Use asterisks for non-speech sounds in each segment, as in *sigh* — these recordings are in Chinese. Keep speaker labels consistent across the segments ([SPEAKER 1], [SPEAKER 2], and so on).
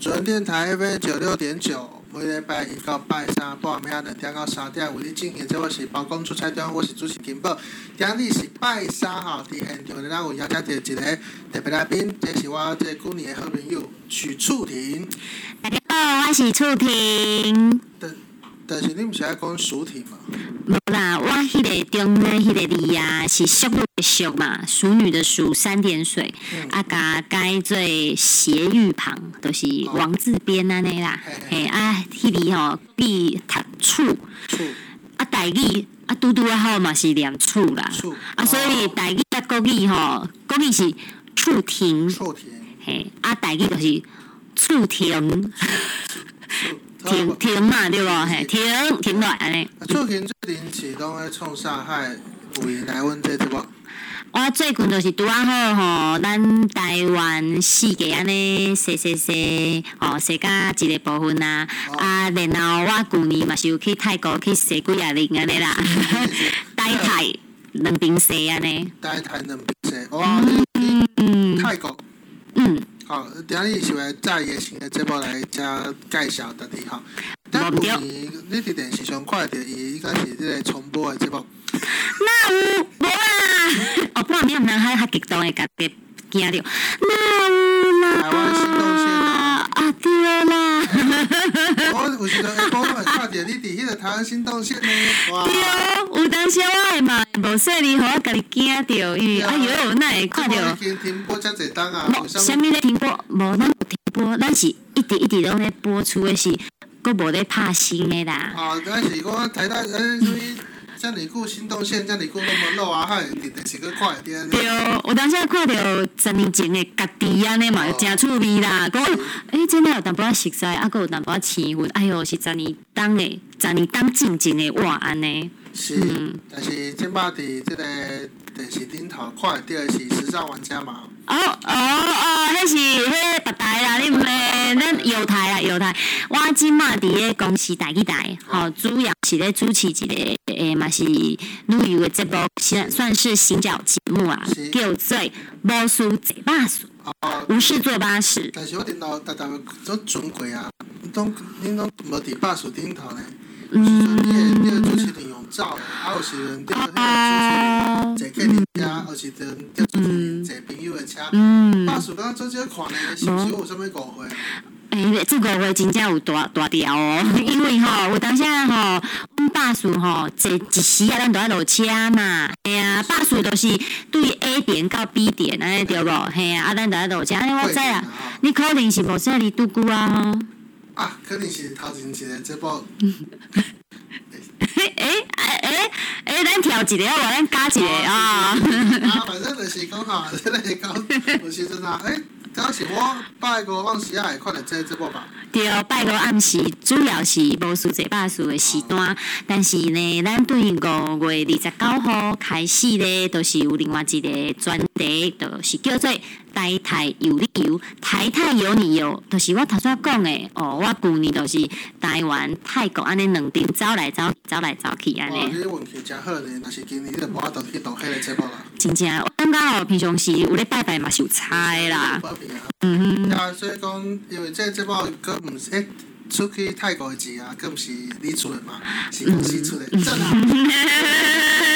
[SPEAKER 1] 全电台 FM 九六點九，每禮拜一到拜三半暝仔兩點到三點有你進行。這我是包公出差中，我是主持金寶。今日是拜三吼，佇現場咱有邀請到一個特別來賓，這是我這幾年的好朋友許厝婷。
[SPEAKER 2] 大家好，哦我是厝婷。
[SPEAKER 1] 但但是你毋是愛講熟婷嘛？
[SPEAKER 2] 无啦，我迄个中间迄个字啊，是淑女的淑嘛，淑女的淑三点水，啊甲改做斜玉旁，就是王字边安尼啦。嘿啊，迄字吼，字读厝，
[SPEAKER 1] 厝
[SPEAKER 2] 啊台语啊拄拄啊好嘛是念厝啦
[SPEAKER 1] 厝。
[SPEAKER 2] 啊，所以
[SPEAKER 1] 哦
[SPEAKER 2] 台语甲国语吼，国语是厝亭，
[SPEAKER 1] 厝婷，
[SPEAKER 2] 嘿啊台语就是厝亭， *laughs*
[SPEAKER 1] 厝
[SPEAKER 2] 亭亭嘛对无？嘿，亭亭落来安尼。
[SPEAKER 1] 啊厝婷最近是拢咧创啥海？有闲來阮這節目。
[SPEAKER 2] 我最近就是拄啊好吼，咱台湾四个安尼踅踅踅，吼踅到一个部分啊。
[SPEAKER 1] 哦
[SPEAKER 2] 啊，然后我旧年嘛是有去泰国去踅几啊日安尼啦，台泰两边踅安尼。
[SPEAKER 1] 台台两边踅，哇！你你泰国，
[SPEAKER 2] 嗯，
[SPEAKER 1] 吼，今日是来在野型的节目来遮介绍家己吼。但
[SPEAKER 2] 无毋
[SPEAKER 1] 不
[SPEAKER 2] 对
[SPEAKER 1] 是，你伫电视上看到伊，应该是即个重播的节目。
[SPEAKER 2] 那有无啊哦啦？后半暝毋通较较激动会家己惊着。那有
[SPEAKER 1] 台湾新动线
[SPEAKER 2] 啦
[SPEAKER 1] 啊！
[SPEAKER 2] 啊对啦，
[SPEAKER 1] 我哦有时哎阵下晡嘛看到你伫迄个台湾新动线呢，哇！
[SPEAKER 2] *laughs* 对，哦有当时我会嘛无说你，互我家己惊着，因为哎哟，那会看
[SPEAKER 1] 这
[SPEAKER 2] 着
[SPEAKER 1] 部。已经停播遮侪档啊，
[SPEAKER 2] 无，啥物哦咧停播，无咱有停播，咱是一直一直拢咧播出的是，佫无咧拍新的啦。
[SPEAKER 1] 啊，咱是讲台大，咱哎所以遮尼久新动线，遮尼久那么漏啊，还伫电视去看会着呢。
[SPEAKER 2] 对，有当时看着十年前的家己安尼嘛，诚趣味啦。讲，诶，真的有淡薄仔熟悉，啊，佫有淡薄仔生分。哎哟，是十年当的，十年当进前的我安尼。
[SPEAKER 1] 是，但是即摆伫即个电视顶头看得到的是时尚玩家嘛，
[SPEAKER 2] 哦哦哦，迄是迄别台啦，你毋免咱摇台啦，摇台。我即马伫咧公司台去台，吼、主要是咧主持一个诶，嘛、是旅游的节目，算算是行脚节目啊
[SPEAKER 1] 是，
[SPEAKER 2] 叫做无事做巴士，
[SPEAKER 1] 哦，
[SPEAKER 2] 无事做巴士。
[SPEAKER 1] 但是我顶头逐逐都准过啊，你拢你拢无伫巴士顶头呢，有时阵你的你的主持人用走的，啊有时阵叫迄
[SPEAKER 2] 哦
[SPEAKER 1] 个主持人坐客人车，有时阵叫主持人坐朋友的车，
[SPEAKER 2] 嗯，
[SPEAKER 1] 巴士敢做少看呢，是毋是有啥物误会？
[SPEAKER 2] 诶、哎这个话真正有大大条哦， *laughs* 因为吼、有当时啊吼，阮巴士吼坐一时啊，咱都要落车嘛，嘿啊，巴士就是对 A 点到 B 点安尼对无？嘿啊，啊咱都要落车，安尼我知啊，你可能是无说你拄久啊吼， *laughs*
[SPEAKER 1] 啊，肯定是头前一个节目，
[SPEAKER 2] 诶诶诶诶，咱跳一个啊，无咱加一个啊、
[SPEAKER 1] *laughs* 啊，反正就是讲吼，即个讲有时阵啊，诶、敢是我拜五往时啊会看到这个节目吧？
[SPEAKER 2] 对，拜五暗时主要是无事坐巴士的时段，但是呢，咱对五月二十九号开始呢，就是有另外一个专题，就是叫做“台台有你游”，台台有你游，就是我头先讲的哦。我旧年就是台湾、泰国安尼两边走来走去，走来走去安
[SPEAKER 1] 哇，
[SPEAKER 2] 尼
[SPEAKER 1] 哦你。运气真好呢，若是今年你就无法度去当迄个节目啦。 *laughs*
[SPEAKER 2] 真正，我感觉哦，平常时有咧拜拜嘛是有差的啦。
[SPEAKER 1] 啊嗯哼。啊，所以讲，因为这个节目佫毋是诶，出去泰国的钱啊，佫毋是你出的嘛，是公司出的，真啊。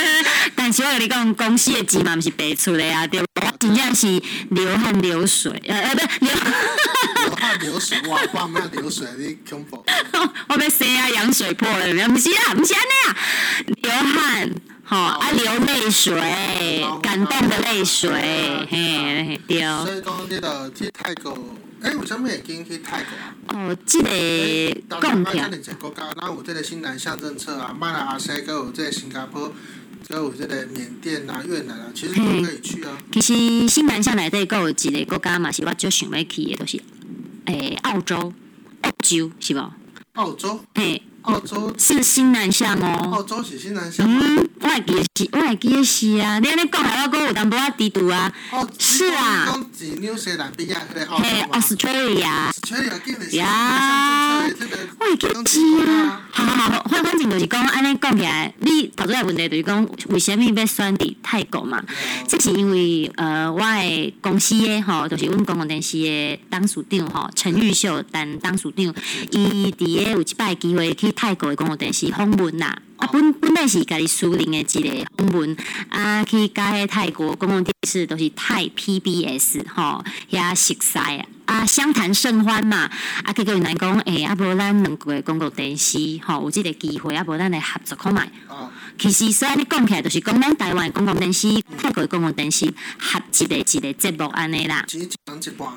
[SPEAKER 2] 但是我跟你讲，公司的钱嘛，毋是白出的啊，对无？我真正是流汗流水，呃呃，不流，
[SPEAKER 1] 流汗流水，哇，半暝流水，你恐怖。
[SPEAKER 2] *laughs* 我要生啊羊水破了，毋是啊，毋是安尼啊，流汗，吼、啊流泪水，感动的泪水，嘿，嘿对。
[SPEAKER 1] 所以讲，你着去泰国，诶、为啥物会经去泰国啊？
[SPEAKER 2] 哦，即、个
[SPEAKER 1] 咱
[SPEAKER 2] 讲着
[SPEAKER 1] 咱。一个国家，咱有这个新南向政策啊，马来亚西亚，搁有这个新加坡，搁有这个缅甸啊、越南啊，其实都可以去啊。
[SPEAKER 2] 其实新南向内底阁有一个国家嘛，是我最想要去的，就是诶、澳洲，澳洲是无？
[SPEAKER 1] 澳洲，
[SPEAKER 2] 嘿，
[SPEAKER 1] 澳洲，
[SPEAKER 2] 是新南向哦。
[SPEAKER 1] 澳洲是新南向吗，
[SPEAKER 2] 嗯，我会记得是，我会记得是啊。你安尼讲，害我阁有淡薄仔低度啊。
[SPEAKER 1] 澳
[SPEAKER 2] 是啊
[SPEAKER 1] 你讲是纽西兰边啊，迄个澳
[SPEAKER 2] 嘿啊
[SPEAKER 1] 洲嘛。
[SPEAKER 2] ，Australia，
[SPEAKER 1] 全亚竟然是新南向政策
[SPEAKER 2] 呀
[SPEAKER 1] 的这个
[SPEAKER 2] 我会记得是啊。好好好，反反正就是讲，安尼讲起来，你头拄个问题就是讲，为什物要选伫泰国嘛？这是因为呃，我的公司的吼，就是阮公共电视的董事长吼，陈玉秀陈董事长，伊伫个有一摆机会去泰国的公共电视访问啦。啊，本本来是家己私人的一个访问，啊，去甲迄泰国公共电视，就是泰 PBS 吼，遐熟悉啊。啊，相谈甚欢嘛！啊，结果因人讲，诶、欸，啊无咱两个公共电视吼、有即个机会，啊无咱来合作看觅。
[SPEAKER 1] 哦，
[SPEAKER 2] 其实所以你讲起来，就是讲咱台湾的公共电视、泰国的公共电视合一个一个节目安尼啦，
[SPEAKER 1] 钱一人一半，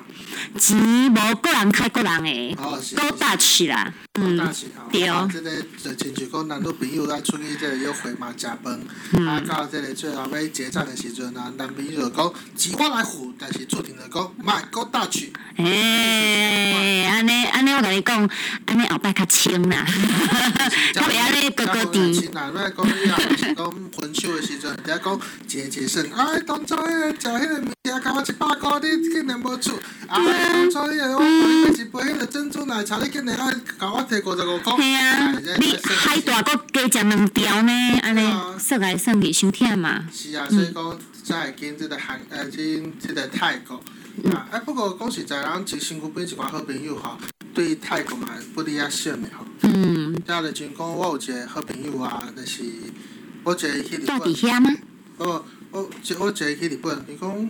[SPEAKER 2] 钱无个人开个人的，
[SPEAKER 1] 哦是
[SPEAKER 2] 够大气啦。嗯，
[SPEAKER 1] 大钱吼。
[SPEAKER 2] 对
[SPEAKER 1] 啊这个就亲像讲男女朋友啊，出去即个约会嘛，食饭，啊，到即个最后要结账的时阵啊，男朋友就讲钱我来付，但是注定就讲卖够大去。
[SPEAKER 2] 诶、安尼安尼，我甲你讲，安尼后摆较
[SPEAKER 1] *laughs*
[SPEAKER 2] 清啦，较袂安尼高高低。
[SPEAKER 1] 是啦，咱讲以后是讲分手的时阵，人家讲节节省，哎，当初迄个食迄个物件，甲我一百箍，你竟然无出，啊，当初迄个我陪你一杯迄个珍珠奶茶，你竟然爱甲我摕五十五箍，
[SPEAKER 2] 嘿啊，你海大搁加食两条呢，安尼
[SPEAKER 1] 对啊
[SPEAKER 2] 算来算去伤忝嘛。
[SPEAKER 1] 是啊，所以讲才会跟即个韩，呃，跟即个泰国。啊，啊，不过讲实在，咱一身躯边一寡好朋友吼，对泰国嘛不离啊省的吼。
[SPEAKER 2] 嗯，
[SPEAKER 1] 啊，就像讲，我有一个好朋友啊，就是我一个去日
[SPEAKER 2] 住
[SPEAKER 1] 本
[SPEAKER 2] 伫。遐吗？
[SPEAKER 1] 我我即我一个去日本，伊讲，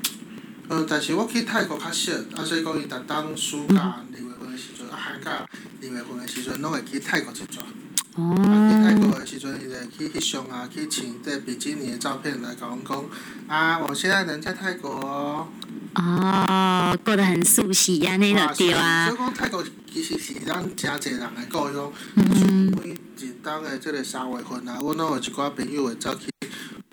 [SPEAKER 1] 呃，但是我去泰国较少，啊，所以讲伊逐当暑假、六月份的时阵，啊，寒假、六月份的时阵，拢会去泰国一逝。啊，去泰
[SPEAKER 2] 哦，
[SPEAKER 1] 国的时阵，伊就会去翕相啊，去穿这比基尼的照片来甲阮讲，啊，我现在人在泰国哦。
[SPEAKER 2] 哦，过得很舒适，安尼就对啊
[SPEAKER 1] 所以。讲泰国其实是咱诚侪人的故乡。
[SPEAKER 2] 嗯
[SPEAKER 1] 每一当的即个三月份啊，阮拢有一寡朋友会走去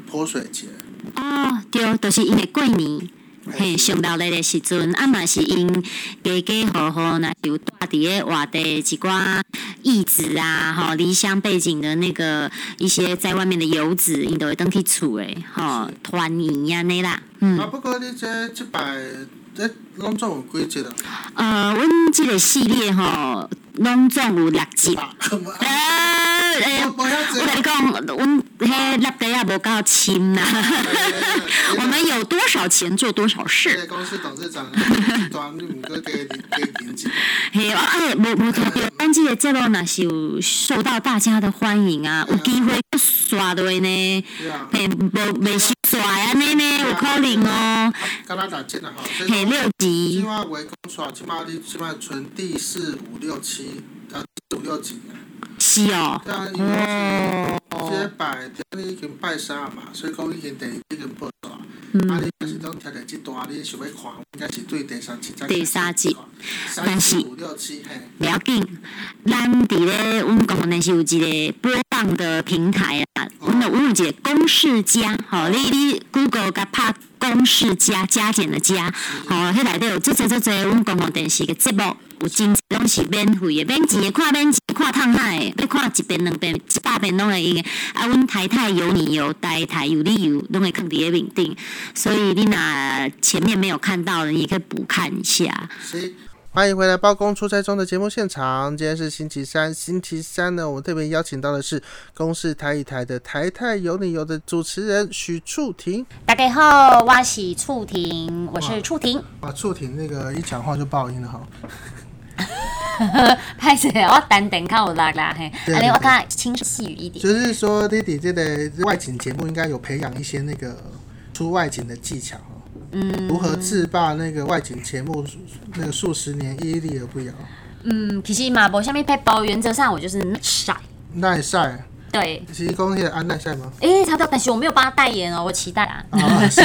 [SPEAKER 1] 泼水节。
[SPEAKER 2] 哦，对，就是因为过年，嘿，上闹热的时阵，啊嘛是因家家户户若是有住伫个外地的一寡义子啊，吼、离乡背景的那个一些在外面的游子，因都会登去厝诶，吼、团圆安尼啦，嗯。
[SPEAKER 1] 啊，不过你这即摆，这拢总有几集啊？
[SPEAKER 2] 呃，阮即个系列吼，拢总有六集。
[SPEAKER 1] 啊，无
[SPEAKER 2] 呃，
[SPEAKER 1] 啊，
[SPEAKER 2] 诶、
[SPEAKER 1] 无无遐济
[SPEAKER 2] 我跟你讲，阮迄立地也无够深啦。
[SPEAKER 1] 哎
[SPEAKER 2] *laughs* 我们有多少钱做多少
[SPEAKER 1] 这
[SPEAKER 2] 事。
[SPEAKER 1] 哎个公司董事长，啊大你毋过加加年纪，
[SPEAKER 2] 嘿，啊，哎，无无错着，咱即个节目若是有受到大家的欢迎啊，有机会搁刷落呢，
[SPEAKER 1] 对啊，
[SPEAKER 2] 嘿，无袂收刷安尼呢，有可能哦。
[SPEAKER 1] 敢若逐集啊吼，这
[SPEAKER 2] 嘿，六
[SPEAKER 1] 即
[SPEAKER 2] 集，
[SPEAKER 1] 摆话讲煞，即摆你即摆存第四五六七，啊四五六集啊，
[SPEAKER 2] 是哦。
[SPEAKER 1] 对啊，因为
[SPEAKER 2] 哦，
[SPEAKER 1] 即摆你已经拜三了嘛，所以讲已经第二已经报煞，啊你若是拢听着即段，你想要看，应该是对第三集才
[SPEAKER 2] 第三集
[SPEAKER 1] 开始看，
[SPEAKER 2] 但
[SPEAKER 1] 三
[SPEAKER 2] 是
[SPEAKER 1] 四五六七嘿。
[SPEAKER 2] 不要紧，咱伫咧阮公共电视有一个播放的平台啦，阮有阮有一个公式家，吼、你你 Google 甲拍公式家加减的加，吼、迄内底有即侪即侪阮公共电视的节目，有真侪拢是免费的，免钱的看免钱看烫海的，要看一遍两遍一百遍拢会用的。啊，阮台台有你有，台台有你有，拢会放伫咧面顶，所以你若前面没有看到的，你也可以补看一下。
[SPEAKER 1] 谁？欢迎回来，包公出差中的节目现场。今天是星期三，星期三呢，我们特别邀请到的是公视台一台的台台有你有的主持人许处婷。
[SPEAKER 2] 大家好，我是触婷，我是触婷。
[SPEAKER 1] 啊，处婷那个一讲话就爆音了哈。
[SPEAKER 2] 歹势，我等等较有力啦嘿，
[SPEAKER 1] 对啊
[SPEAKER 2] 安尼我
[SPEAKER 1] 对
[SPEAKER 2] 较轻声细语一点。
[SPEAKER 1] 就是说，弟弟这个外景节目应该有培养一些那个出外景的技巧哦。嗯。如何制霸那个外景节目那个数十年屹立而不摇？
[SPEAKER 2] 嗯，其实嘛，无啥物配包，原则上我就是傻。
[SPEAKER 1] 耐晒，
[SPEAKER 2] 对，
[SPEAKER 1] 其实公也安耐晒啊
[SPEAKER 2] *laughs*
[SPEAKER 1] 吗？
[SPEAKER 2] 诶、差不多，但是我没有帮他代言哦，我期待啊。
[SPEAKER 1] 啊，是。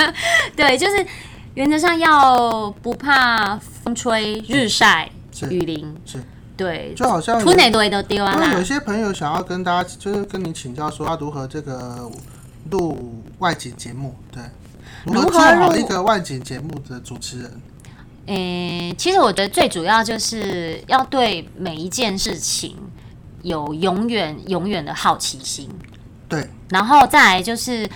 [SPEAKER 2] *laughs* 对，就是原则上要不怕风吹日晒
[SPEAKER 1] 是
[SPEAKER 2] 雨淋，
[SPEAKER 1] 是
[SPEAKER 2] 对，
[SPEAKER 1] 就好像
[SPEAKER 2] 土内堆都丢啊
[SPEAKER 1] 那有
[SPEAKER 2] 啦。
[SPEAKER 1] 些朋友想要跟大家，就是跟你请教说，要啊如何这个录外景节目，对，如
[SPEAKER 2] 如
[SPEAKER 1] 何
[SPEAKER 2] 何
[SPEAKER 1] 做好
[SPEAKER 2] 录
[SPEAKER 1] 一个外景节目的主持人？
[SPEAKER 3] 诶、其实我觉得最主要就是要对每一件事情有永远永远的好奇心，
[SPEAKER 1] 对，
[SPEAKER 3] 然后再来就是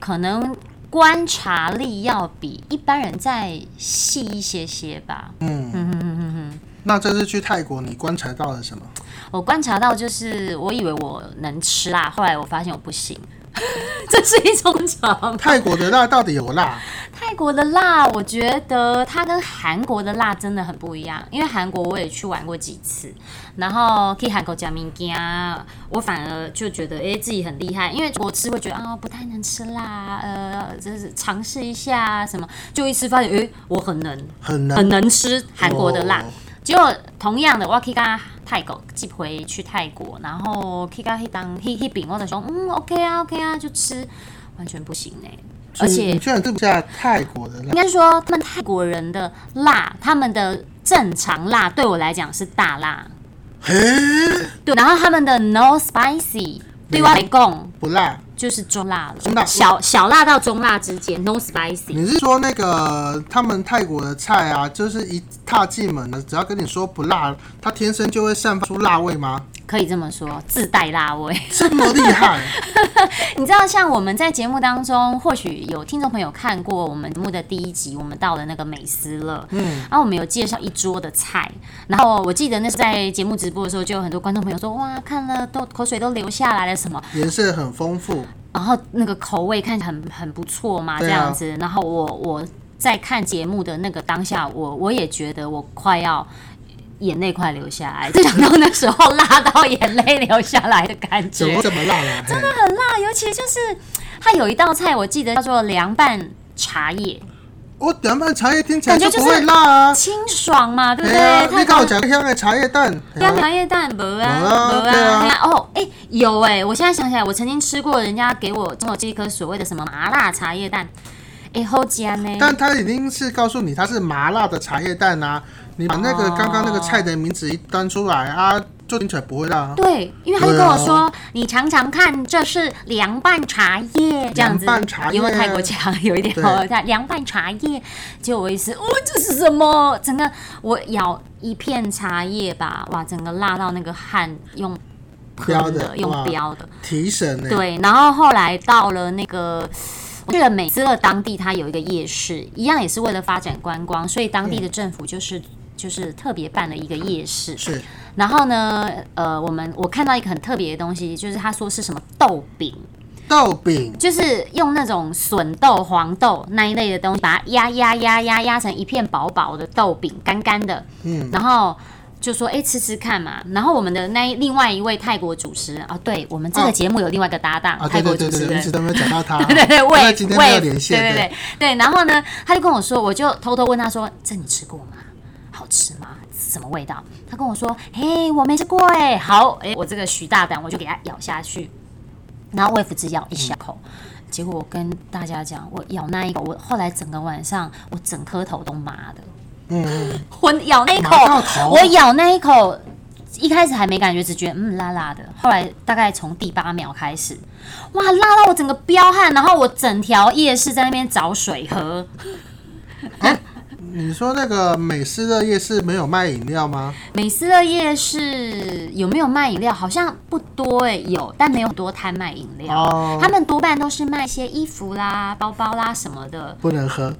[SPEAKER 3] 可能观察力要比一般人再细一些些吧。
[SPEAKER 1] 嗯，
[SPEAKER 3] 嗯嗯嗯嗯嗯，
[SPEAKER 1] 那这次去泰国，你观察到了什么？
[SPEAKER 2] 我观察到，就是我以为我能吃辣，后来我发现我不行， *laughs* 这是一种常。
[SPEAKER 1] 泰国的辣到底有辣？
[SPEAKER 2] 泰国的辣，我觉得它跟韩国的辣真的很不一样，因为韩国我也去玩过几次，然后去韩国加明加，我反而就觉得诶自己很厉害，因为我吃会觉得啊、不太能吃辣，呃，就是尝试一下什么，就一吃发现诶我很能
[SPEAKER 1] 很难
[SPEAKER 2] 很能吃韩国的辣。
[SPEAKER 1] 哦
[SPEAKER 2] 结果同样的，我去甲泰国寄回去泰国，然后去甲迄当迄迄饼，我就说嗯 OK 啊 OK 啊就吃，完全不行呢、而
[SPEAKER 1] 你
[SPEAKER 2] 且
[SPEAKER 1] 你居然吃不下泰国的辣
[SPEAKER 2] 应，该说他们泰国人的辣，他们的正常辣对我来讲是大辣，
[SPEAKER 1] 嘿，
[SPEAKER 2] 对，然后他们的 no spicy 对我来讲
[SPEAKER 1] 不辣。
[SPEAKER 2] 就是中辣
[SPEAKER 1] 中辣
[SPEAKER 2] 了，小小辣到中辣之间 no spicy，
[SPEAKER 1] 你是说那个他们泰国的菜啊，就是一踏进门呢，只要跟你说不辣，它天生就会散发出辣味吗？
[SPEAKER 2] 可以这么说，自带辣味。 *laughs*
[SPEAKER 1] 这么厉害？
[SPEAKER 2] 你知道，像我们在节目当中，或许有听众朋友看过我们节目的第一集，我们到了那个美思乐，嗯，然后我们有介绍一桌的菜，然后我记得那是在节目直播的时候，就有很多观众朋友说，哇，看了都口水都流下来了什么，
[SPEAKER 1] 颜色很丰富，
[SPEAKER 2] 然后那个口味看起来很很不错嘛，
[SPEAKER 1] 对
[SPEAKER 2] 这
[SPEAKER 1] 啊
[SPEAKER 2] 样子，然后我我在看节目的那个当下，我我也觉得我快要。眼泪快流下来，就想到那时候辣到眼泪流下来的感觉，
[SPEAKER 1] 怎么这么辣啊？真的很
[SPEAKER 2] 啊，尤其就是它有一道菜，我记得叫做凉拌茶叶，
[SPEAKER 1] 我凉拌茶叶听起来
[SPEAKER 2] 感觉
[SPEAKER 1] 就
[SPEAKER 2] 就
[SPEAKER 1] 不
[SPEAKER 2] 是
[SPEAKER 1] 会辣啊。
[SPEAKER 2] 清爽嘛，对不
[SPEAKER 1] 哎呀，
[SPEAKER 2] 对？
[SPEAKER 1] 你跟我
[SPEAKER 2] 它
[SPEAKER 1] 讲香的茶叶蛋，哎呀
[SPEAKER 2] 凉茶叶蛋不啊
[SPEAKER 1] 没啊
[SPEAKER 2] 不
[SPEAKER 1] 对啊
[SPEAKER 2] 啊，嘿哦，哎、有哎、我现在想起来，我曾经吃过人家给我中国这一颗所谓的什么麻辣茶叶蛋，哎、好煎呢、
[SPEAKER 1] 但它已经是告诉你它是麻辣的茶叶蛋啊，你把那个刚刚那个菜的名字一端出来啊，就听起来不会辣啊。
[SPEAKER 2] 对，因为他就跟我说，
[SPEAKER 1] 对啊
[SPEAKER 2] 你尝尝看，这是凉拌茶叶这样
[SPEAKER 1] 凉
[SPEAKER 2] 子，
[SPEAKER 1] 拌茶叶
[SPEAKER 2] 因为泰国腔有一点好，
[SPEAKER 1] 对
[SPEAKER 2] 它凉拌茶叶，结果我一吃，哦，这是什么？整个我咬一片茶叶吧，哇，整个辣到那个汗用喷
[SPEAKER 1] 飙的哇
[SPEAKER 2] 用飙的，
[SPEAKER 1] 提神呢、
[SPEAKER 2] 对，然后后来到了那个。我去了美斯勒当地，它有一个夜市，一样也是为了发展观光，所以当地的政府就是、就是特别办了一个夜市。
[SPEAKER 1] 是
[SPEAKER 2] 然后呢，呃，我们我看到一个很特别的东西，就是他说是什么豆饼，
[SPEAKER 1] 豆饼，
[SPEAKER 2] 就是用那种笋豆、黄豆那一类的东西，把它压压压压压成一片薄薄的豆饼，干干的，
[SPEAKER 1] 嗯，
[SPEAKER 2] 然后。就说哎，吃吃看嘛。然后我们的那一另外一位泰国主持人啊，对我们这
[SPEAKER 1] 哦
[SPEAKER 2] 个节目有另外一个搭档，
[SPEAKER 1] 啊，对
[SPEAKER 2] 泰国
[SPEAKER 1] 对
[SPEAKER 2] 主
[SPEAKER 1] 对
[SPEAKER 2] 持
[SPEAKER 1] 对，
[SPEAKER 2] 人
[SPEAKER 1] 一直，都没有讲到它。
[SPEAKER 2] *laughs* 对对对，
[SPEAKER 1] 因为
[SPEAKER 2] 魏
[SPEAKER 1] 今天没有
[SPEAKER 2] 魏
[SPEAKER 1] 连线，
[SPEAKER 2] 对对对对。然后呢，他就跟我说，我就偷偷问他说：“这你吃过吗？好吃吗？什么味道？”他跟我说：“嘿，我没吃过哎。”好，哎，我这个徐大胆，我就给他咬下去，然后魏福只咬一小口。结果我跟大家讲，我咬那一口，我后来整个晚上，我整颗头都麻的。
[SPEAKER 1] 嗯，嗯，
[SPEAKER 2] 我咬那一
[SPEAKER 1] 麻到
[SPEAKER 2] 口，
[SPEAKER 1] 头
[SPEAKER 2] 我咬那一口，一开始还没感觉，只觉得嗯辣辣的。后来大概从第八秒开始，哇，辣到我整个彪汗，然后我整条夜市在那边找水喝，
[SPEAKER 1] 嗯你说那个美式的夜市没有卖饮料吗？
[SPEAKER 2] 美斯的夜市有没有卖饮料？好像不多诶、有，但没有很多摊卖饮料。
[SPEAKER 1] 哦
[SPEAKER 2] 他们多半都是卖一些衣服啦、包包啦什么的。 *laughs*
[SPEAKER 1] 不能喝，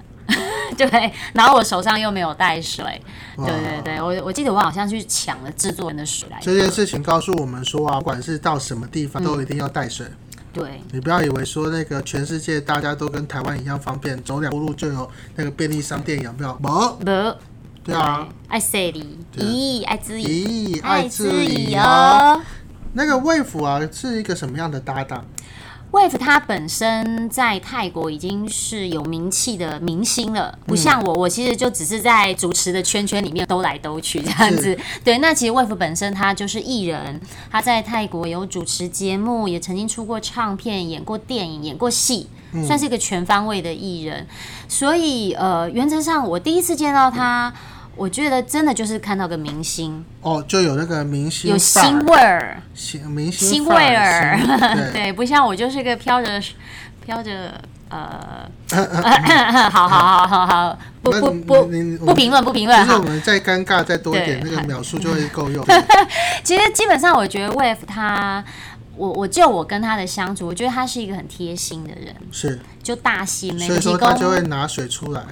[SPEAKER 2] 对，然后我手上又没有带水。
[SPEAKER 1] 哇
[SPEAKER 2] 对对对，我我记得我好像去抢了制作人的水来喝。
[SPEAKER 1] 这件事情告诉我们说啊，不管是到什么地
[SPEAKER 2] 嗯
[SPEAKER 1] 方都一定要带水。
[SPEAKER 2] 对，
[SPEAKER 1] 你不要以为说那个全世界大家都跟台湾一样方便，走两步路就有那个便利商店，有没有？没，
[SPEAKER 2] 不。
[SPEAKER 1] 对啊。，
[SPEAKER 2] 爱谁哩？
[SPEAKER 1] 对啊
[SPEAKER 2] 咦，爱之怡，
[SPEAKER 1] 咦，爱
[SPEAKER 2] 爱
[SPEAKER 1] 之
[SPEAKER 2] 之
[SPEAKER 1] 以
[SPEAKER 2] 怡
[SPEAKER 1] 哦。
[SPEAKER 2] 哦。
[SPEAKER 1] 那个魏府啊，是一个什么样的搭档？
[SPEAKER 2] Wave 他本身在泰国已经是有名气的明星了，
[SPEAKER 1] 嗯
[SPEAKER 2] 不像我，我其实就只是在主持的圈圈里面兜来兜去这样子。对，那其实 Wave 本身他就是艺人，他在泰国有主持节目，也曾经出过唱片、演过电影、演过戏，
[SPEAKER 1] 嗯
[SPEAKER 2] 算是一个全方位的艺人。所以呃，原则上我第一次见到他，我觉得真的就是看到个明星，
[SPEAKER 1] 哦，就有那个明星
[SPEAKER 2] 有
[SPEAKER 1] 范
[SPEAKER 2] 腥味儿。
[SPEAKER 1] 新明星
[SPEAKER 2] 新
[SPEAKER 1] 范 *laughs*
[SPEAKER 2] 味儿，
[SPEAKER 1] 新对，
[SPEAKER 2] 对，不像我就是个飘着飘着
[SPEAKER 1] *laughs*
[SPEAKER 2] 呃，好好好好好，不
[SPEAKER 1] 那
[SPEAKER 2] 不
[SPEAKER 1] 你
[SPEAKER 2] 不
[SPEAKER 1] 你你我
[SPEAKER 2] 不评论不评 *laughs* 论
[SPEAKER 1] 就是我
[SPEAKER 2] 哈。
[SPEAKER 1] 们再尴尬再多一点，那
[SPEAKER 2] 对
[SPEAKER 1] 个秒数就会够用。
[SPEAKER 2] 其实基本上我觉得 Wave 他，我我就我跟他的相处，我觉得他是一个很贴心的人，
[SPEAKER 1] 是，
[SPEAKER 2] 就大心每
[SPEAKER 1] 所以
[SPEAKER 2] 个
[SPEAKER 1] 说
[SPEAKER 2] 提
[SPEAKER 1] 他就
[SPEAKER 2] 供。
[SPEAKER 1] 会拿水出来。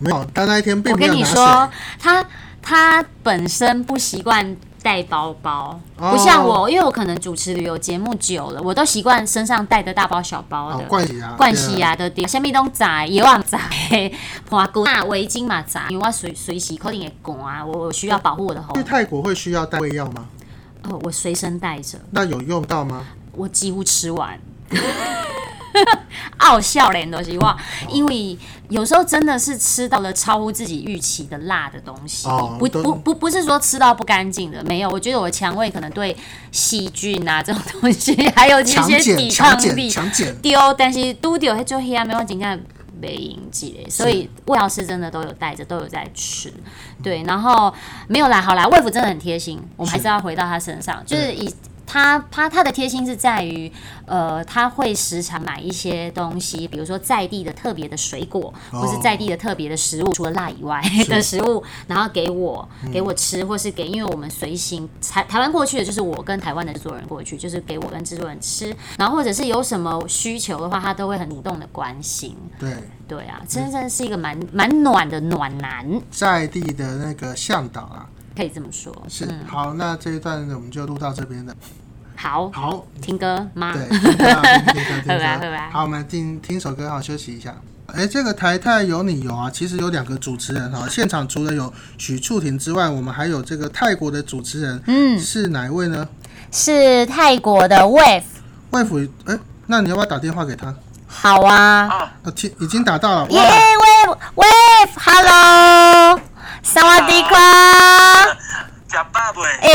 [SPEAKER 1] 没有，但那一天并
[SPEAKER 2] 我
[SPEAKER 1] 没
[SPEAKER 2] 跟
[SPEAKER 1] 有拿
[SPEAKER 2] 你
[SPEAKER 1] 水。
[SPEAKER 2] 说，他他本身不习惯带包包，
[SPEAKER 1] 哦
[SPEAKER 2] 不像我，因为我可能主持旅游节目久了，我都习惯身上带的大包小包
[SPEAKER 1] 哦
[SPEAKER 2] 的。，
[SPEAKER 1] 惯习啊，
[SPEAKER 2] 惯系啊，都对，啥物拢知，药也知， *laughs* 花骨啊围巾嘛知，因为我随随时可能会寒，我我需要保护我的喉
[SPEAKER 1] 对啊。去，泰国会需要带胃药吗？
[SPEAKER 2] 哦，我随身带着，
[SPEAKER 1] 那有用到吗？
[SPEAKER 2] 我几乎吃完。 *laughs* 傲笑脸都是哇，因为有时候真的是吃到了超乎自己预期的辣的东西，
[SPEAKER 1] 哦
[SPEAKER 2] 不
[SPEAKER 1] 都
[SPEAKER 2] 不不不是说吃到不干净的，没有，我觉得我的肠胃可能对细菌啊这种东西， *laughs* 还有一
[SPEAKER 1] 强
[SPEAKER 2] 些
[SPEAKER 1] 碱，
[SPEAKER 2] 抵
[SPEAKER 1] 强
[SPEAKER 2] 抗
[SPEAKER 1] 碱，
[SPEAKER 2] 力
[SPEAKER 1] 强碱。
[SPEAKER 2] 丢，但是拄着迄种黑暗没有真正袂用记的，所以魏老师真的都有带着，都有在吃。对，然后没有啦，好啦，魏福真的很贴心，我们还是要回到他身上，就是以。他他他的贴心是在于，呃，他会时常买一些东西，比如说在地的特别的水果，
[SPEAKER 1] 哦
[SPEAKER 2] 或是在地的特别的食物，除了辣以外的食物，然后给我
[SPEAKER 1] 嗯
[SPEAKER 2] 给我吃，或是给，因为我们随行台台湾过去的就是我跟台湾的制作人过去，就是给我跟制作人吃，然后或者是有什么需求的话，他都会很主动的关心。
[SPEAKER 1] 对，
[SPEAKER 2] 对啊，真正是一个蛮蛮暖的暖男，
[SPEAKER 1] 在地的那个向导啊，
[SPEAKER 2] 可以这么说。
[SPEAKER 1] 是好，那这一段我们就录到这边了。
[SPEAKER 2] 好，
[SPEAKER 1] 好，
[SPEAKER 2] 听歌吗？
[SPEAKER 1] 对，听歌啊听歌，听
[SPEAKER 2] 拜拜拜
[SPEAKER 1] 歌
[SPEAKER 2] 拜。
[SPEAKER 1] 好，我们听听首歌，好休息一下。哎，这个台泰有你有啊，其实有两个主持人哈、现场除了有许处婷之外，我们还有这个泰国的主持人，嗯，是哪一位呢？
[SPEAKER 2] *laughs* 是泰国的 Wave，
[SPEAKER 1] 外府，哎，那你要不要打电话给他？
[SPEAKER 2] 好啊，
[SPEAKER 4] 哦
[SPEAKER 1] 啊，听已经打到了，
[SPEAKER 2] 耶、
[SPEAKER 1] 哇，
[SPEAKER 2] Wave Wave，Hello，萨瓦迪卡，
[SPEAKER 4] 假爸哦爸哎，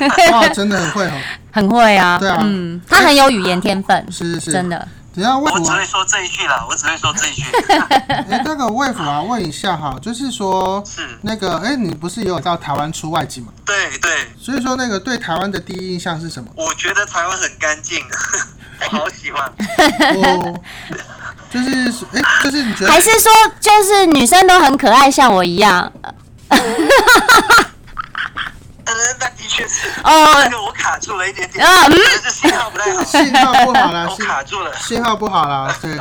[SPEAKER 2] 哎， *laughs*
[SPEAKER 1] 哇，真的很会哦，
[SPEAKER 2] 很会啊，
[SPEAKER 1] 对啊
[SPEAKER 2] 嗯，他很有语言天分，
[SPEAKER 1] 是是是，
[SPEAKER 2] 真。的，
[SPEAKER 1] 只要外
[SPEAKER 4] 我
[SPEAKER 1] 府
[SPEAKER 4] 只
[SPEAKER 1] 啊
[SPEAKER 4] 会，说这一句啦，我只会说
[SPEAKER 2] *laughs*
[SPEAKER 4] 这一句。
[SPEAKER 1] 哎，那个外府啊，问一下哈，就是说
[SPEAKER 4] 是，
[SPEAKER 1] 那个，哎，你不是也有到台湾出外景嘛？
[SPEAKER 4] 对对，
[SPEAKER 1] 所以说那个对台湾的第一印象是什么？
[SPEAKER 4] 我觉得台湾很干净， *laughs* 我好喜欢。
[SPEAKER 2] 呃
[SPEAKER 1] 哦，就是哎、就是你觉得
[SPEAKER 2] 还是说就是女生都很可爱，像我一样
[SPEAKER 4] 嗯，那的确是，
[SPEAKER 2] 哦
[SPEAKER 4] 这。个我卡住了一点点，
[SPEAKER 2] 啊嗯
[SPEAKER 4] 可能是信号
[SPEAKER 2] *laughs*
[SPEAKER 4] 不太好，
[SPEAKER 1] 信号不好
[SPEAKER 4] *laughs*
[SPEAKER 1] 啦，
[SPEAKER 4] 我
[SPEAKER 1] 信
[SPEAKER 4] 卡住了。
[SPEAKER 1] 信号不好啦，对。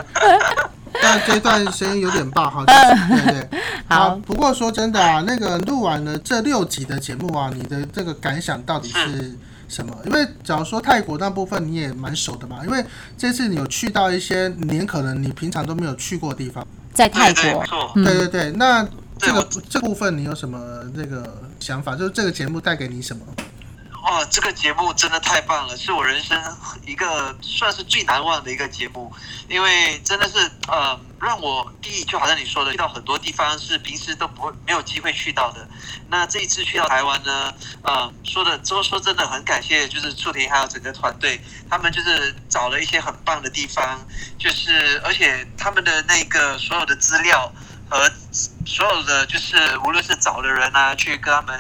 [SPEAKER 1] 但这段声音有点爆哈，就是对对。
[SPEAKER 2] 嗯 *laughs* 好
[SPEAKER 1] 不过说真的啊，那个录完了这六集的节目啊，你的这个感想到底是
[SPEAKER 4] 嗯
[SPEAKER 1] 什么？因为假如说泰国那部分你也蛮熟的嘛，因为这次你有去到一些你可能你平常都没有去过的地方。
[SPEAKER 2] 在泰
[SPEAKER 4] 对对，
[SPEAKER 2] 国
[SPEAKER 4] 没，错。
[SPEAKER 1] 对对对，那这个
[SPEAKER 4] 对
[SPEAKER 1] 这部分你有什么那个想法？就是这个节目带给你什么？
[SPEAKER 4] 哇，哦这个节目真的太棒了，是我人生一个算是最难忘的一个节目，因为真的是呃，让我第一就好像你说的，去到很多地方是平时都不会没有机会去到的。那这一次去到台湾呢，呃，说的说说真的很感谢，就是祝婷还有整个团队，他们就是找了一些很棒的地方，就是而且他们的那个所有的资料和所有的就是无论是找的人啊，去跟他们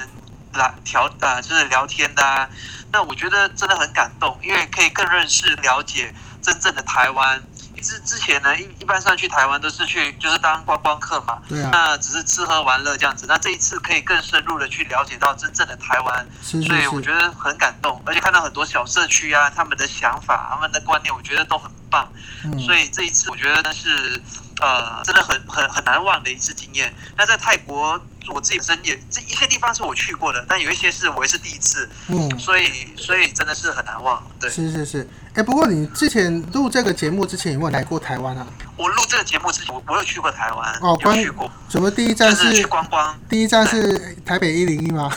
[SPEAKER 4] 来调啊、就是聊天的、啊，那我觉得真的很感动，因为可以更认识了解真正的台湾。之之前呢，一一般上去台湾都是去就是当观光客嘛，
[SPEAKER 1] 对啊，
[SPEAKER 4] 那只是吃喝玩乐这样子。那这一次可以更深入的去了解到真正的台湾，
[SPEAKER 1] 是是
[SPEAKER 4] 所以
[SPEAKER 1] 是
[SPEAKER 4] 我。觉得很感动，而且看到很多小社区啊，他们的想法、他们的观念，我觉得都很棒。
[SPEAKER 1] 嗯
[SPEAKER 4] 所以这一次我觉得是呃，真的很很很难忘的一次经验。那在泰国，我自己本身也这一些地方是我去过的，但有一些是我也是第一次，
[SPEAKER 1] 嗯，
[SPEAKER 4] 所以所以真的是很难忘。对
[SPEAKER 1] 是是是，哎、不过你之前录这个节目之前有没有来过台湾啊？
[SPEAKER 4] 我录这个节目之前，我我有去过台湾，
[SPEAKER 1] 哦
[SPEAKER 4] 有
[SPEAKER 1] 关
[SPEAKER 4] 去过，
[SPEAKER 1] 什么第一
[SPEAKER 4] 就
[SPEAKER 1] 站
[SPEAKER 4] 是去
[SPEAKER 1] 是
[SPEAKER 4] 观光，
[SPEAKER 1] 第一站是台北一零一吗？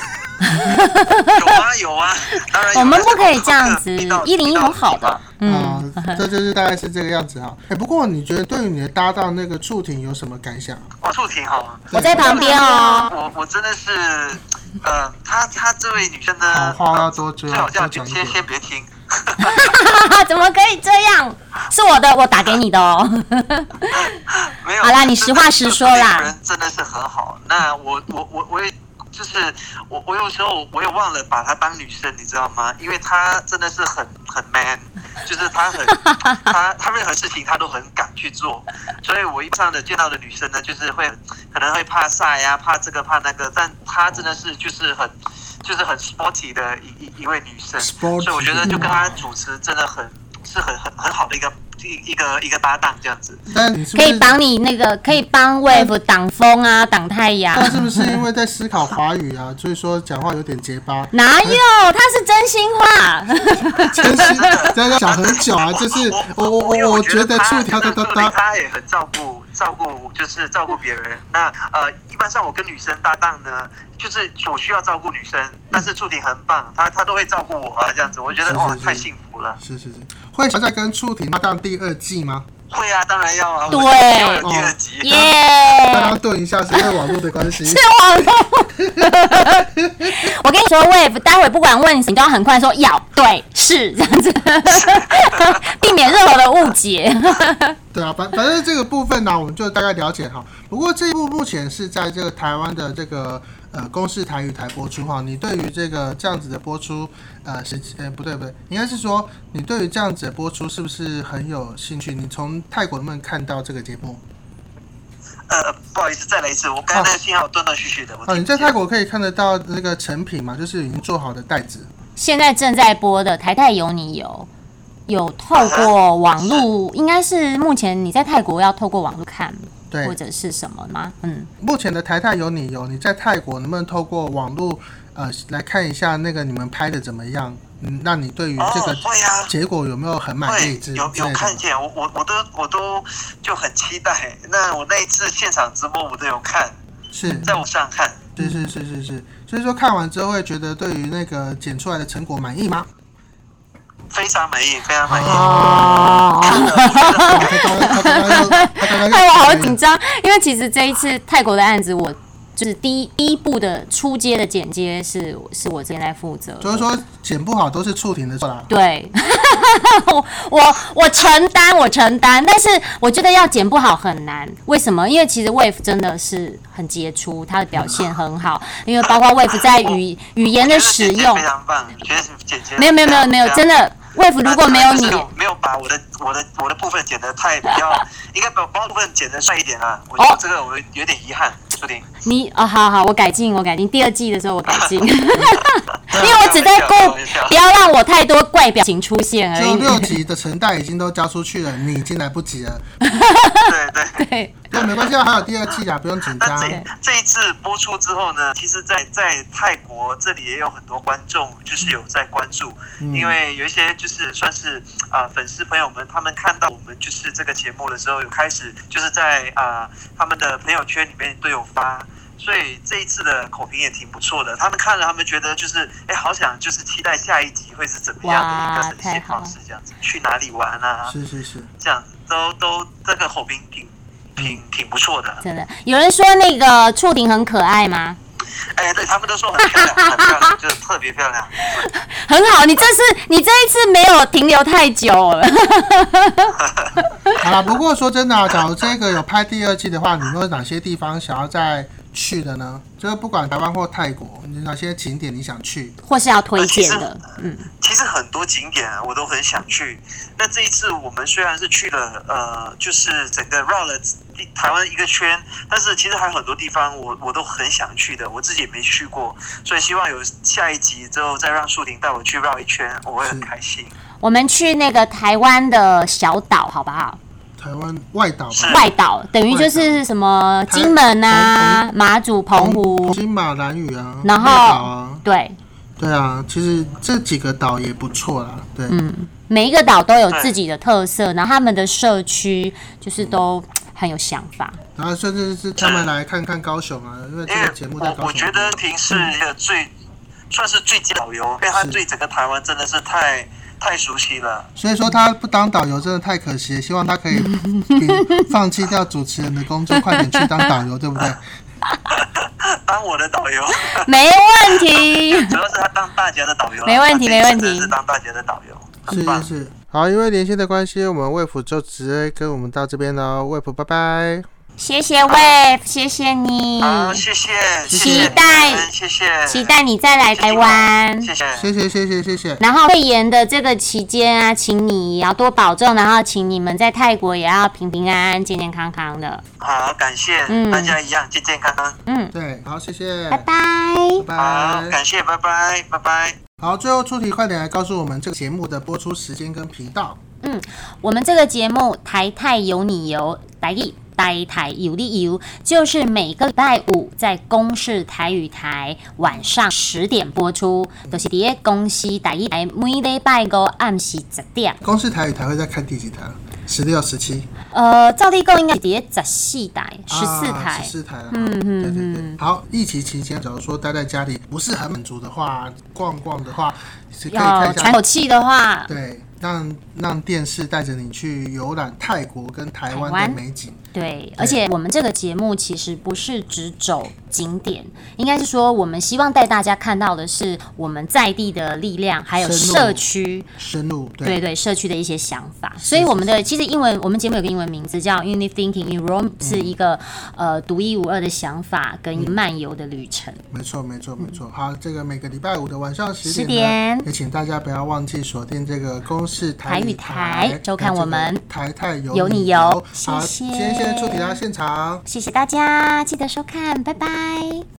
[SPEAKER 4] 有啊有啊，当然有啊
[SPEAKER 2] 我们不可以这样子
[SPEAKER 4] 必到，
[SPEAKER 2] 一零一
[SPEAKER 4] 必到
[SPEAKER 2] 很好的，嗯，
[SPEAKER 1] *laughs* 啊、这就是大概是这个样子哈。哎、不过你觉得对于你的搭档那个触挺有什么感想啊？
[SPEAKER 4] 哦，这挺好。
[SPEAKER 2] 我在旁边哦， *laughs*
[SPEAKER 4] 我我真的是，呃，她她这位女生呢，呃
[SPEAKER 1] 好话啊要多说
[SPEAKER 4] 最好这样
[SPEAKER 1] 多讲一
[SPEAKER 4] 先
[SPEAKER 1] 点
[SPEAKER 4] 先先别听，
[SPEAKER 2] 怎么可以这样？是我的，我打给你的哦。
[SPEAKER 4] 没有。
[SPEAKER 2] 好啦你实话实说啦
[SPEAKER 4] 这个人真的是很好。那我我我我也就是我我有时候我也忘了把她当女生，你知道吗？因为她真的是很很 man，就是
[SPEAKER 2] *laughs*
[SPEAKER 4] 她很她她任何事情她都很敢去做。所以我一般的见到的女生呢，就是会可能会怕晒呀、怕这个怕那个，但她真的是就是很。就是很 sporty 的一一一位女生，所以我觉得就跟他主持真的很是很很很好的一个一一个一个搭档这样子。
[SPEAKER 1] 但你是不
[SPEAKER 2] 可以
[SPEAKER 1] 是？
[SPEAKER 2] 帮你那个，可以帮 Wave 挡风啊，挡太阳。
[SPEAKER 1] 但是不是因为在思考法语啊， *laughs* 所以说讲话有点结巴？
[SPEAKER 2] 哪有？他是真心话。
[SPEAKER 1] *laughs* 真心真的讲很久
[SPEAKER 4] *laughs*
[SPEAKER 1] 啊，就是我我我我觉得
[SPEAKER 4] 他
[SPEAKER 1] 处条哒哒
[SPEAKER 4] 对
[SPEAKER 1] 哒，
[SPEAKER 4] 他也很照顾照顾，就是照顾别人。那呃，一般上我跟女生搭档呢，就是我需要照顾女生，但是祝婷很棒，她她都会照顾我啊，这样子，我觉得
[SPEAKER 1] 是
[SPEAKER 4] 哇、
[SPEAKER 1] 是是
[SPEAKER 4] 太幸福了。
[SPEAKER 1] 是是是，会想再跟处婷搭档第二季吗？
[SPEAKER 4] 会啊，当然要啊，
[SPEAKER 2] 对
[SPEAKER 4] 我一定要有第二集。
[SPEAKER 2] 耶、
[SPEAKER 1] 大家顿一下，是因为网络的关系。
[SPEAKER 2] 是网络。 *laughs* 我跟你说，Wave，待会不管问你，你都要很快说要对是 *laughs* 这样子，避免任何的误解。 *laughs*
[SPEAKER 1] 对啊，反反正这个部分呢、我们就大概了解哈。不过这一部目前是在这个台湾的这个呃公视台语台播出哈。你对于这个这样子的播出，呃，谁呃不对不对，应该是说你对于这样子的播出是不是很有兴趣？你从泰国能不能看到这个节目？
[SPEAKER 4] 呃，不好意思，再来一次，我刚才那个信号断断续续的。我
[SPEAKER 1] 哦，
[SPEAKER 4] 听
[SPEAKER 1] 你
[SPEAKER 4] 不见
[SPEAKER 1] 在泰国可以看得到那个成品嘛，就是已经做好的袋子。
[SPEAKER 2] 现在正在播的《台泰有你有》，有透过网络，应该是目前你在泰国要透过网络看，
[SPEAKER 1] 对
[SPEAKER 2] 或，者是什么吗？嗯，
[SPEAKER 1] 目前的台泰有你有，你在泰国能不能透过网络呃来看一下那个你们拍的怎么样？嗯，那你对于这个
[SPEAKER 4] 哦，会啊，
[SPEAKER 1] 结果有没有很满意
[SPEAKER 4] 会
[SPEAKER 1] 之之类
[SPEAKER 4] 有有看
[SPEAKER 1] 的？
[SPEAKER 4] 见，我我我都我都就很期待。那我那一次现场直播我都有看，
[SPEAKER 1] 是，
[SPEAKER 4] 嗯在网上看。
[SPEAKER 1] 是是是是是，所以说看完之后会觉得对于那个剪出来的成果满意吗？
[SPEAKER 4] 非常满意，非常满意。
[SPEAKER 2] 哦。
[SPEAKER 1] 哇他刚刚他刚刚又他刚刚又
[SPEAKER 2] *laughs* 哎，我好紧张，因为其实这一次泰国的案子，我就是第一第一部的初阶的剪接是是我这边在负责的，
[SPEAKER 1] 就是说剪不好都是触停的错啦。
[SPEAKER 2] 对， *laughs* 我我我承担，我承担，但是我觉得要剪不好很难。为什么？因为其实 Wave 真的是很杰出，他的表现很好，因为包括 Wave 在语语言的使
[SPEAKER 4] 我觉得
[SPEAKER 2] 用
[SPEAKER 4] 姐姐非，常棒，觉得姐姐
[SPEAKER 2] 没有没有没有没有，真
[SPEAKER 4] 的。
[SPEAKER 2] 的 Wave 如果没有你
[SPEAKER 4] 就是，没有把我的我的我的部分剪得太比
[SPEAKER 2] *laughs*
[SPEAKER 4] 较，应该把把我部分剪得帅一点啊。我觉
[SPEAKER 2] 哦
[SPEAKER 4] 得这个我有点遗憾，
[SPEAKER 2] *laughs*
[SPEAKER 4] 注定。
[SPEAKER 2] 你哦，好好，我改进，我改进，第二季的时候我改进，
[SPEAKER 4] *laughs*
[SPEAKER 2] 因为我只在顾
[SPEAKER 4] 开玩笑
[SPEAKER 2] 不要让我太多怪表情出现而
[SPEAKER 1] 只有
[SPEAKER 2] 已。
[SPEAKER 1] 六集的成袋已经都交出去了，你已经来不及
[SPEAKER 4] *laughs*
[SPEAKER 1] 了。
[SPEAKER 4] 对对。
[SPEAKER 2] *laughs* *laughs* 对，
[SPEAKER 1] 对，没关系啊，还有第二季啊，不用紧
[SPEAKER 4] *laughs* 那
[SPEAKER 1] 张。
[SPEAKER 4] 这这一次播出之后呢，其实在，在泰国这里也有很多观众就是有在关注，
[SPEAKER 1] 嗯
[SPEAKER 4] 因为有一些就是算是啊、呃粉丝朋友们，他们看到我们就是这个节目的时候，有开始就是在啊、呃他们的朋友圈里面都有发。所以这一次的口评也挺不错的，他们看了，他们觉得就是，哎，好想就是期待下一集会是怎么样的一个
[SPEAKER 2] 哇
[SPEAKER 4] 呈现
[SPEAKER 2] 太好
[SPEAKER 4] 方式，这样子，去哪里玩啊，
[SPEAKER 1] 是是是，
[SPEAKER 4] 这样子都都这个口评挺挺挺不错的。
[SPEAKER 2] 真的有人说那个触顶很可爱吗？
[SPEAKER 4] 哎，对他们都说很漂亮，很漂亮， *laughs* 就是特别漂亮。
[SPEAKER 2] 很好，你这次你这一次没有停留太久了。 *laughs*
[SPEAKER 1] 好了，不过说真的、啊，假如这个有拍第二季的话，你有哪些地方想要再去的呢？就是不管台湾或泰国，你有哪些景点你想去？
[SPEAKER 2] 或是要推荐的，嗯，
[SPEAKER 4] 啊其实很多景点啊，我都很想去。那这一次我们虽然是去了，呃，就是整个绕了地台湾一个圈，但是其实还有很多地方我我都很想去的，我自己也没去过，所以希望有下一集之后再让树林带我去绕一圈，我会很开心。
[SPEAKER 2] 我们去那个台湾的小岛好不好？
[SPEAKER 1] 台湾外岛吧
[SPEAKER 4] 是。
[SPEAKER 2] 外岛等于就是什么
[SPEAKER 1] 台
[SPEAKER 2] 金门啊、马祖、澎湖，
[SPEAKER 1] 金马、兰屿啊，
[SPEAKER 2] 然
[SPEAKER 1] 绿岛
[SPEAKER 2] 后
[SPEAKER 1] 啊，
[SPEAKER 2] 对，
[SPEAKER 1] 对啊，其实这几个岛也不错啦，对，
[SPEAKER 2] 嗯每一个岛都有
[SPEAKER 4] 哎
[SPEAKER 2] 自己的特色，然后他们的社区就是
[SPEAKER 4] 嗯
[SPEAKER 2] 都很有想法。
[SPEAKER 1] 然后甚至是他们来看看高雄啊，因为这
[SPEAKER 4] 因
[SPEAKER 1] 个
[SPEAKER 4] 为
[SPEAKER 1] 节目在
[SPEAKER 4] 我
[SPEAKER 1] 高雄。嗯
[SPEAKER 4] 我觉得婷是一个最、算是最佳导游，因为他
[SPEAKER 1] 是
[SPEAKER 4] 对整个台湾真的是太太熟悉了。
[SPEAKER 1] 所以说他不当导游真的太可惜了，希望他可以
[SPEAKER 2] *laughs*
[SPEAKER 1] 给放弃掉主持人的工作，快点去当导游，对不对？
[SPEAKER 4] 当我的导
[SPEAKER 1] *laughs*
[SPEAKER 4] 游，
[SPEAKER 2] 没问题，
[SPEAKER 4] 主要是他当大家的导游啦，
[SPEAKER 2] 没问题
[SPEAKER 4] 他这一
[SPEAKER 2] 没
[SPEAKER 4] 次
[SPEAKER 2] 问题
[SPEAKER 4] 真的是当大家的导游，
[SPEAKER 1] 是
[SPEAKER 4] *laughs* 很棒
[SPEAKER 1] 是。是。好，因为连线的关系，我们魏普就直接跟我们到这边喽，魏普拜拜。
[SPEAKER 2] 谢谢 Wave，谢谢你，
[SPEAKER 4] 好，啊谢谢，谢
[SPEAKER 2] 嗯
[SPEAKER 4] 谢
[SPEAKER 2] 期
[SPEAKER 4] 你
[SPEAKER 2] 待
[SPEAKER 4] 们谢谢，
[SPEAKER 2] 期待你再来台湾。
[SPEAKER 4] 谢谢，
[SPEAKER 1] 谢谢谢谢谢谢。
[SPEAKER 2] 然后肺炎的这个期间啊，请你也要多保重，然后请你们在泰国也要平平安安、健健康康
[SPEAKER 4] 嗯
[SPEAKER 2] 的。
[SPEAKER 4] 好，感谢
[SPEAKER 2] 嗯
[SPEAKER 4] 大家一样健健康康，
[SPEAKER 2] 嗯，
[SPEAKER 1] 对，好，谢谢，
[SPEAKER 2] 拜拜。
[SPEAKER 1] 拜
[SPEAKER 4] 好，
[SPEAKER 1] 拜。
[SPEAKER 4] 感谢，拜拜，拜拜。
[SPEAKER 1] 好，最后出题，快点来告诉我们这个节目的播出时间跟频道。
[SPEAKER 2] 我们这个节目《台泰有你游》，台语。台台有你游，就是每个礼拜五在公视台语台晚上十点播出，都、就是伫个公司台语台每礼拜五暗时十点。
[SPEAKER 1] 公司台语台会在看第几台？啊十六、十七、
[SPEAKER 2] 呃，照例讲应该是伫个十四台、十四台
[SPEAKER 1] 啊十。四台了。嗯嗯，对对对。好，疫情期间，假如说待在家里不是很满足的话，逛逛的话，是可以看
[SPEAKER 2] 要
[SPEAKER 1] 一
[SPEAKER 2] 喘
[SPEAKER 1] 下。
[SPEAKER 2] 口气的话，
[SPEAKER 1] 对，让让电视带着你去游览泰国跟台
[SPEAKER 2] 台湾
[SPEAKER 1] 湾的美景。
[SPEAKER 2] 对，而且我们这个节目其实不是只走景点，应该是说我们希望带大家看到的是我们在地的力量，还有
[SPEAKER 1] 深入
[SPEAKER 2] 社区，
[SPEAKER 1] 深入对
[SPEAKER 2] 对对社区的一些想法。所以我们的其实英文，我们节目有个英文名字叫 Unit Thinking in Rome，是一个呃独一无二的想法跟漫游的旅程。
[SPEAKER 1] 没错，没错，没错。好，这个每个礼拜五的晚上十
[SPEAKER 2] 10
[SPEAKER 1] 点呢
[SPEAKER 2] 点
[SPEAKER 1] 也请大家不要忘记锁定这个公视台
[SPEAKER 2] 台语
[SPEAKER 1] 语
[SPEAKER 2] 台
[SPEAKER 1] 台，
[SPEAKER 2] 收看我们
[SPEAKER 1] 台泰有
[SPEAKER 2] 有你
[SPEAKER 1] 你
[SPEAKER 2] 游
[SPEAKER 1] 游。
[SPEAKER 2] 谢
[SPEAKER 1] 好，
[SPEAKER 2] 谢
[SPEAKER 1] 今天先出题到现场。
[SPEAKER 2] 谢谢大家，记得收看，拜拜。